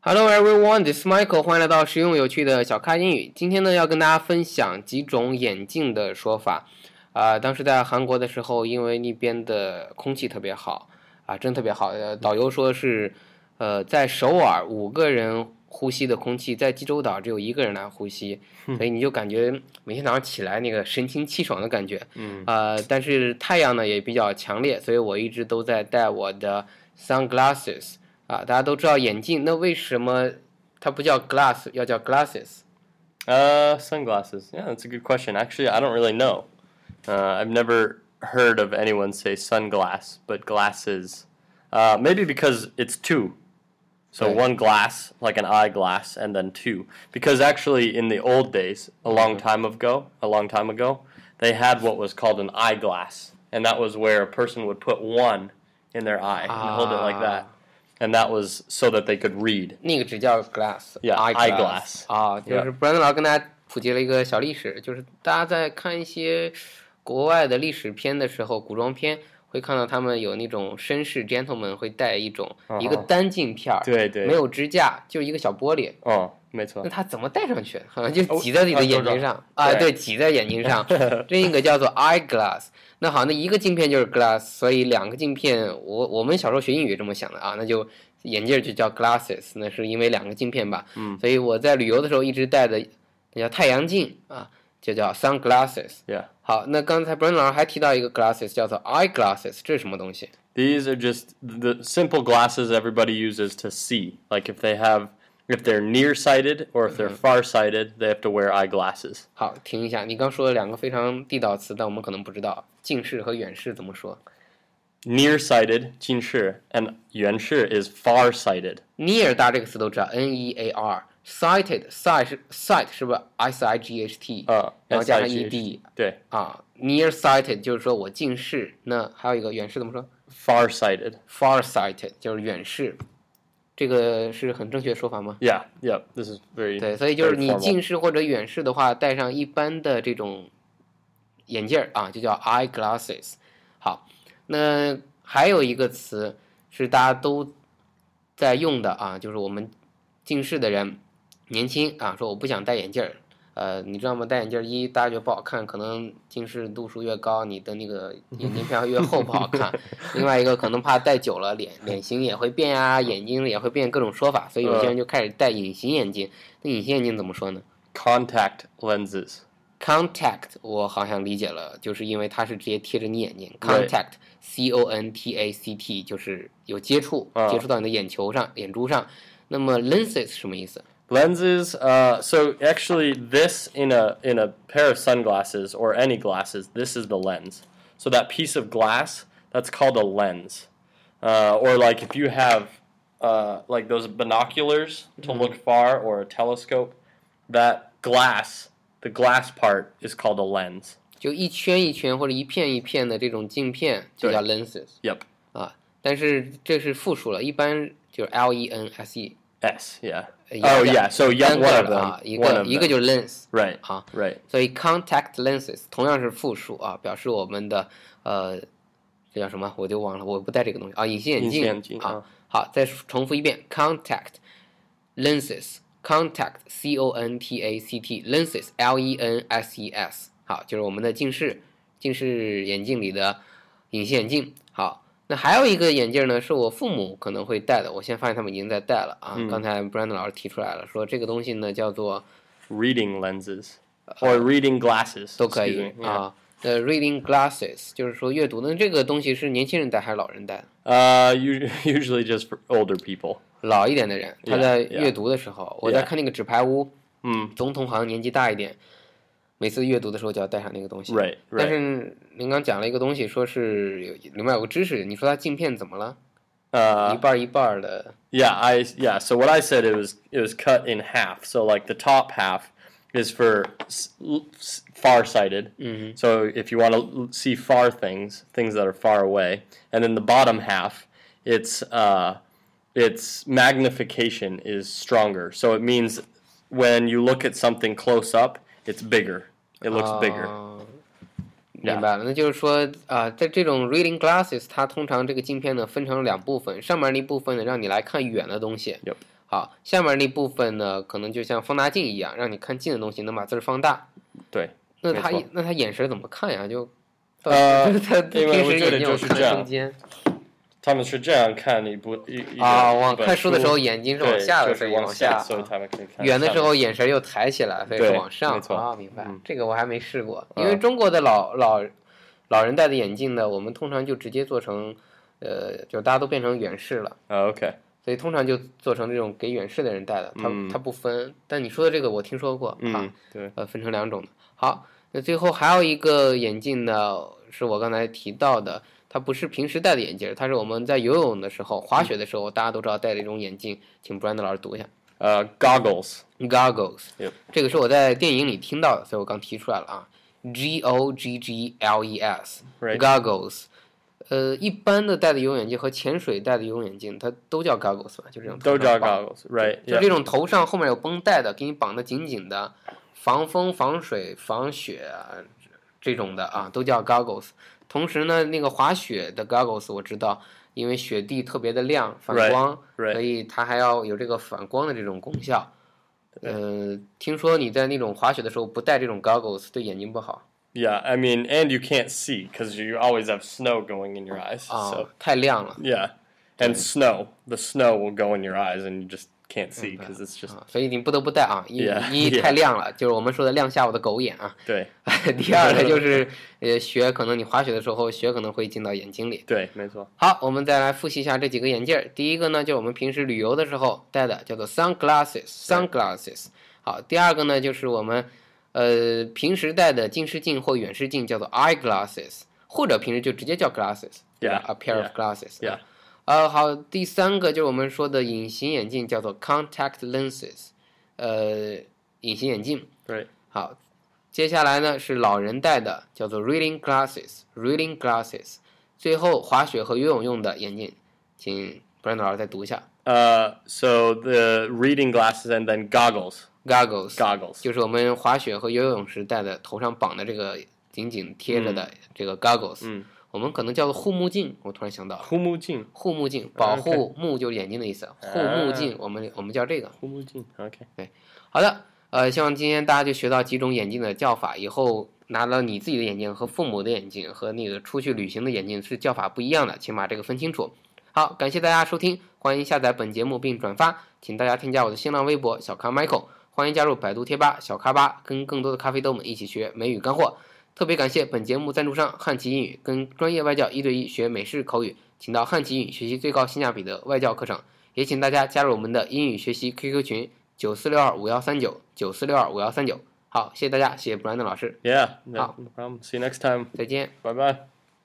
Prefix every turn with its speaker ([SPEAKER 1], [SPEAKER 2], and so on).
[SPEAKER 1] Hello everyone, this is Michael，欢迎来到实用有趣的小咖英语。今天呢，要跟大家分享几种眼镜的说法。啊、当时在韩国的时候，因为那边的空气特别好，啊，真特别好。呃，导游说是，呃，在首尔五个人呼吸的空气，在济州岛只有一个人来呼吸，所以你就感觉每天早上起来那个神清气爽的感觉。
[SPEAKER 2] 嗯，
[SPEAKER 1] 呃，但是太阳呢也比较强烈，所以我一直都在戴我的 sunglasses 啊、大家都知道眼镜，那为什么它不叫 glass 要叫 glasses？
[SPEAKER 2] Uh, sunglasses. Yeah, that's a good question. Actually, I don't really know. Uh, I've never heard of anyone say sunglass, but glasses. Uh, maybe because it's two. So
[SPEAKER 1] Right.
[SPEAKER 2] one glass, like an eyeglass, and then two. Because actually, in the old days, a long time ago, a long time ago, they had what was called an eyeglass, and that was where a person would put one in their eye and hold it like that, and that was so that they could read.
[SPEAKER 1] 那个只叫 glass，
[SPEAKER 2] Yeah,
[SPEAKER 1] eyeglass
[SPEAKER 2] eyeglass
[SPEAKER 1] 啊，就是
[SPEAKER 2] Yeah.
[SPEAKER 1] 布兰登老师跟大家普及了一个小历史，就是大家在看一些国外的历史片的时候，古装片。会看到他们有那种绅士 gentleman 会戴一种、一个
[SPEAKER 2] 嗯嗯
[SPEAKER 1] 单镜片儿，
[SPEAKER 2] 对对
[SPEAKER 1] 没有支架，就一个小玻璃，
[SPEAKER 2] Oh, 哦，没错。
[SPEAKER 1] 那他怎么戴上去？好像就
[SPEAKER 2] 哦
[SPEAKER 1] 挤在自己的
[SPEAKER 2] 啊
[SPEAKER 1] 眼
[SPEAKER 2] 手掌
[SPEAKER 1] 睛上啊，
[SPEAKER 2] 对
[SPEAKER 1] 对，挤在眼睛 上。这个叫做 eye glass。那好，那一个镜片就是 glass，所以两个镜片，我我们小时候学英语这么想的啊，那就眼镜就叫 glasses，那是因为两个镜片吧。
[SPEAKER 2] 嗯
[SPEAKER 1] 所以我在旅游的时候一直戴的那叫太阳镜啊，就叫 sunglasses。
[SPEAKER 2] Yeah.
[SPEAKER 1] 好，那刚才 Brandon 老师还提到一个 glasses，叫做 eye glasses，这是什么东西？
[SPEAKER 2] These are just the simple glasses everybody uses to see. Like if they have, if they're nearsighted or if they're farsighted, they have to wear eyeglasses.
[SPEAKER 1] 好，停一下，你刚说了两个非常地道词，但我们可能不知道近视和远视怎么说。
[SPEAKER 2] Nearsighted, 近视, and 远视 is farsighted.
[SPEAKER 1] near 大家这个词都知道，n e a r。sighted sight 是 sight 是不是 i s i g h t？
[SPEAKER 2] 啊
[SPEAKER 1] 然后加上 e
[SPEAKER 2] SIGHT
[SPEAKER 1] d
[SPEAKER 2] 对
[SPEAKER 1] 啊。near sighted 就是说我近视，那还有一个远视怎么说
[SPEAKER 2] Farsighted.
[SPEAKER 1] ？far sighted 就是远视，这个是很正确的说法吗？
[SPEAKER 2] Yeah, yeah. This is very.
[SPEAKER 1] 对，所以就是
[SPEAKER 2] very
[SPEAKER 1] 你
[SPEAKER 2] formal.
[SPEAKER 1] 近视或者远视的话，戴上一般的这种眼镜儿啊，就叫 eye glasses。好，那还有一个词是大家都在用的啊，就是我们近视的人年轻啊，说我不想戴眼镜儿。呃，你知道吗？戴眼镜儿一大家觉得不好看，可能近视度数越高，你的那个眼镜片儿越厚不好看。另外一个可能怕戴久了，脸脸型也会变啊，眼睛也会变，各种说法，所以有些人就开始戴隐形眼镜。那隐形眼镜怎么说呢
[SPEAKER 2] Contact lenses.
[SPEAKER 1] ？Contact，我好像理解了，就是因为它是直接贴着你眼睛。
[SPEAKER 2] 对
[SPEAKER 1] Contact，C O N T A C T，就是有接触，
[SPEAKER 2] 啊
[SPEAKER 1] 接触到你的眼球上、眼珠上。那么 lenses 是什么意思？
[SPEAKER 2] lenses uh, so actually this in a in a pair of sunglasses or any glasses this is the lens so that piece of glass that's called a lens uh, or like if you have uh, like those binoculars to look far or a telescope that glass the glass part is called a lens
[SPEAKER 1] 就一圈一圈或者一片一片的这种镜片，就
[SPEAKER 2] 对
[SPEAKER 1] 叫 lenses
[SPEAKER 2] yep
[SPEAKER 1] 啊。但是这是复数了，一般就是 L E N S E。
[SPEAKER 2] s yeah
[SPEAKER 1] 呃
[SPEAKER 2] oh
[SPEAKER 1] 一个
[SPEAKER 2] yeah so
[SPEAKER 1] 单
[SPEAKER 2] yeah
[SPEAKER 1] 个
[SPEAKER 2] one of
[SPEAKER 1] 了啊，一
[SPEAKER 2] them one
[SPEAKER 1] 个
[SPEAKER 2] of
[SPEAKER 1] 一个
[SPEAKER 2] them
[SPEAKER 1] 就是 lens
[SPEAKER 2] right
[SPEAKER 1] 啊，
[SPEAKER 2] right
[SPEAKER 1] 所以 contact lenses 同样是复数啊，表示我们的呃，这叫什么？我就忘了，我不戴这个东西啊，隐形眼
[SPEAKER 2] 隐
[SPEAKER 1] 镜
[SPEAKER 2] 形眼镜
[SPEAKER 1] 啊
[SPEAKER 2] 啊。
[SPEAKER 1] 好，再重复一遍，contact lenses contact c o n t a c t lenses l e n s e s 好，就是我们的近视近视眼镜里的隐形眼镜。好，那还有一个眼镜呢，是我父母可能会戴的，我现在发现他们已经在戴了啊。
[SPEAKER 2] 嗯
[SPEAKER 1] 刚才 Brandon 老师提出来了，说这个东西呢叫做
[SPEAKER 2] reading lenses or reading glasses
[SPEAKER 1] 都可
[SPEAKER 2] excuse
[SPEAKER 1] 以
[SPEAKER 2] me, yeah.
[SPEAKER 1] 啊。呃，reading glasses 就是说阅读，那这个东西是年轻人戴还是老人戴？
[SPEAKER 2] Uh, u- usually just for older people.
[SPEAKER 1] 老一点的人，他
[SPEAKER 2] Yeah,
[SPEAKER 1] 在
[SPEAKER 2] yeah.
[SPEAKER 1] 阅读的时候，我在
[SPEAKER 2] Yeah.
[SPEAKER 1] 看那个《纸牌屋》，
[SPEAKER 2] Mm,
[SPEAKER 1] 总统好像年纪大一点，每次阅读的时候就要带上那个东西。
[SPEAKER 2] right,
[SPEAKER 1] 但
[SPEAKER 2] right.
[SPEAKER 1] 是您刚讲了一个东西，说是有里面有个知识，你说它镜片怎么了？一
[SPEAKER 2] Uh,
[SPEAKER 1] 半儿一半儿的
[SPEAKER 2] yeah, I yeah. So what I said it was it was cut in half. So like the top half is for s- l- s- farsighted. Mm-hmm. So if you want to see far things, things that are far away, and then the bottom half, it's uh, its magnification is stronger. So it means when you look at something close up, it's bigger. It looks
[SPEAKER 1] 啊
[SPEAKER 2] bigger.
[SPEAKER 1] 明白了，那就是说啊、在这种 reading glasses，它通常这个镜片呢分成两部分，上面那部分呢让你来看远的东西
[SPEAKER 2] Yep.
[SPEAKER 1] 好，下面那部分呢，可能就像放大镜一样，让你看近的东西能把字儿放大。
[SPEAKER 2] 对，
[SPEAKER 1] 那
[SPEAKER 2] 没
[SPEAKER 1] 他
[SPEAKER 2] 错
[SPEAKER 1] 那他眼神怎么看呀？就
[SPEAKER 2] 呃
[SPEAKER 1] 他
[SPEAKER 2] 因
[SPEAKER 1] 平
[SPEAKER 2] 为我
[SPEAKER 1] 时
[SPEAKER 2] 觉
[SPEAKER 1] 眼
[SPEAKER 2] 得
[SPEAKER 1] 睛有
[SPEAKER 2] 就是
[SPEAKER 1] 看
[SPEAKER 2] 这样
[SPEAKER 1] 中间
[SPEAKER 2] 他们是这样看一部一一个
[SPEAKER 1] 啊，
[SPEAKER 2] 一
[SPEAKER 1] 往
[SPEAKER 2] 本
[SPEAKER 1] 看书的时候
[SPEAKER 2] 对
[SPEAKER 1] 眼睛是往下的，
[SPEAKER 2] 就
[SPEAKER 1] 所
[SPEAKER 2] 是
[SPEAKER 1] 以
[SPEAKER 2] 往
[SPEAKER 1] 下。
[SPEAKER 2] 所以
[SPEAKER 1] 啊
[SPEAKER 2] 他们可以看
[SPEAKER 1] 远的
[SPEAKER 2] 呃下
[SPEAKER 1] 时
[SPEAKER 2] 面
[SPEAKER 1] 候眼神又抬起来，所以是
[SPEAKER 2] 对
[SPEAKER 1] 往上。
[SPEAKER 2] 没错
[SPEAKER 1] 啊，明白
[SPEAKER 2] 嗯。
[SPEAKER 1] 这个我还没试过，
[SPEAKER 2] 嗯
[SPEAKER 1] 因为中国的老老老人戴的眼镜呢，我们通常就直接做成，呃，就大家都变成远视了。
[SPEAKER 2] 啊，OK，
[SPEAKER 1] 所以通常就做成这种给远视的人戴的，他
[SPEAKER 2] 嗯
[SPEAKER 1] 他不分。但你说的这个我听说过啊
[SPEAKER 2] 嗯，，对，
[SPEAKER 1] 呃，分成两种的。好，那最后还有一个眼镜呢，是我刚才提到的，它不是平时戴的眼镜儿，它是我们在游泳的时候、滑雪的时候，大家都知道戴的一种眼镜，请 Brand 老师读一下
[SPEAKER 2] 呃，goggles，
[SPEAKER 1] ，goggles。
[SPEAKER 2] Yep
[SPEAKER 1] 这个是我在电影里听到的，所以我刚提出来了啊，G O G G L E S。
[SPEAKER 2] right，
[SPEAKER 1] goggles，呃，一般的戴的游泳眼镜和潜水戴的游泳眼镜，它都叫 goggles 吧？就这种头
[SPEAKER 2] 都
[SPEAKER 1] 上
[SPEAKER 2] 叫
[SPEAKER 1] 绑
[SPEAKER 2] goggles，right，
[SPEAKER 1] 就这种头上后面有绷带的，给你绑得紧紧的，防风、防水、防雪啊这种的啊，都叫 goggles。同时呢，那个滑雪的 goggles 我知道，因为雪地特别的亮，反
[SPEAKER 2] Right,
[SPEAKER 1] 光所
[SPEAKER 2] right，
[SPEAKER 1] 以它还要有这个反光的这种功效。呃，听说你在那种滑雪的时候不戴这种 goggles 对眼睛不好
[SPEAKER 2] yeah. I mean, and you can't see because you always have snow going in your eyes.
[SPEAKER 1] 啊、
[SPEAKER 2] So
[SPEAKER 1] 太亮了
[SPEAKER 2] yeah, and snow, the snow will go in your eyes, and you just can't see because it's just
[SPEAKER 1] 啊，所以你不得不戴啊，一
[SPEAKER 2] Yeah,
[SPEAKER 1] 一
[SPEAKER 2] yeah.
[SPEAKER 1] 太亮了，就是我们说的亮瞎我的狗眼啊。
[SPEAKER 2] 对
[SPEAKER 1] 第二个 就是，呃，雪可能你滑雪的时候，雪可能会进到眼睛里。
[SPEAKER 2] 对，没错。
[SPEAKER 1] 好，我们再来复习一下这几个眼镜儿。第一个呢，就是我们平时旅游的时候戴的，叫做 sunglasses，sunglasses。好，第二个呢，就是我们呃平时戴的近视镜或远视镜，叫做 eyeglasses，或者平时就直接叫 glasses，对吧
[SPEAKER 2] Yeah,
[SPEAKER 1] a pair of
[SPEAKER 2] yeah,
[SPEAKER 1] glasses。
[SPEAKER 2] yeah.
[SPEAKER 1] 呃，好，第三个就是我们说的隐形眼镜，叫做 contact lenses，呃，隐形眼镜。
[SPEAKER 2] Right.
[SPEAKER 1] 好，接下来呢是老人戴的，叫做 reading glasses，reading glasses。最后，滑雪和游泳用的眼镜，请 Brand 老师再读一下
[SPEAKER 2] Uh, so the reading glasses and then goggles,
[SPEAKER 1] goggles，
[SPEAKER 2] goggles.
[SPEAKER 1] 就是我们滑雪和游泳时戴的头上绑的这个紧紧贴着的这个 goggles。
[SPEAKER 2] 嗯
[SPEAKER 1] 我们可能叫做护目镜，我突然想到。
[SPEAKER 2] 护目镜，
[SPEAKER 1] 护目镜，保
[SPEAKER 2] ，OK
[SPEAKER 1] 护目就是眼睛的意思，护目镜我们我们叫这个。
[SPEAKER 2] 护目镜，OK。
[SPEAKER 1] 好的，呃，希望今天大家就学到几种眼镜的叫法，以后拿到你自己的眼镜和父母的眼镜和那个出去旅行的眼镜是叫法不一样的，请把这个分清楚。好，感谢大家收听，欢迎下载本节目并转发，请大家添加我的新浪微博小咖 Michael，欢迎加入百度贴吧小咖吧，跟更多的咖啡豆们一起学美语干货。特别感谢本节目赞助商汉奇英语，跟专业外教一对一学美式口语，请到汉奇英语学习最高性价比的外教课程。也请大家加入我们的英语学习 QQ 群九四六二五幺三九九四六二五幺三九。好，谢谢大家，谢谢 Brandon 老师，
[SPEAKER 2] Yeah, no,
[SPEAKER 1] Oh.
[SPEAKER 2] no problem. See you next time.
[SPEAKER 1] 再见。
[SPEAKER 2] Bye bye.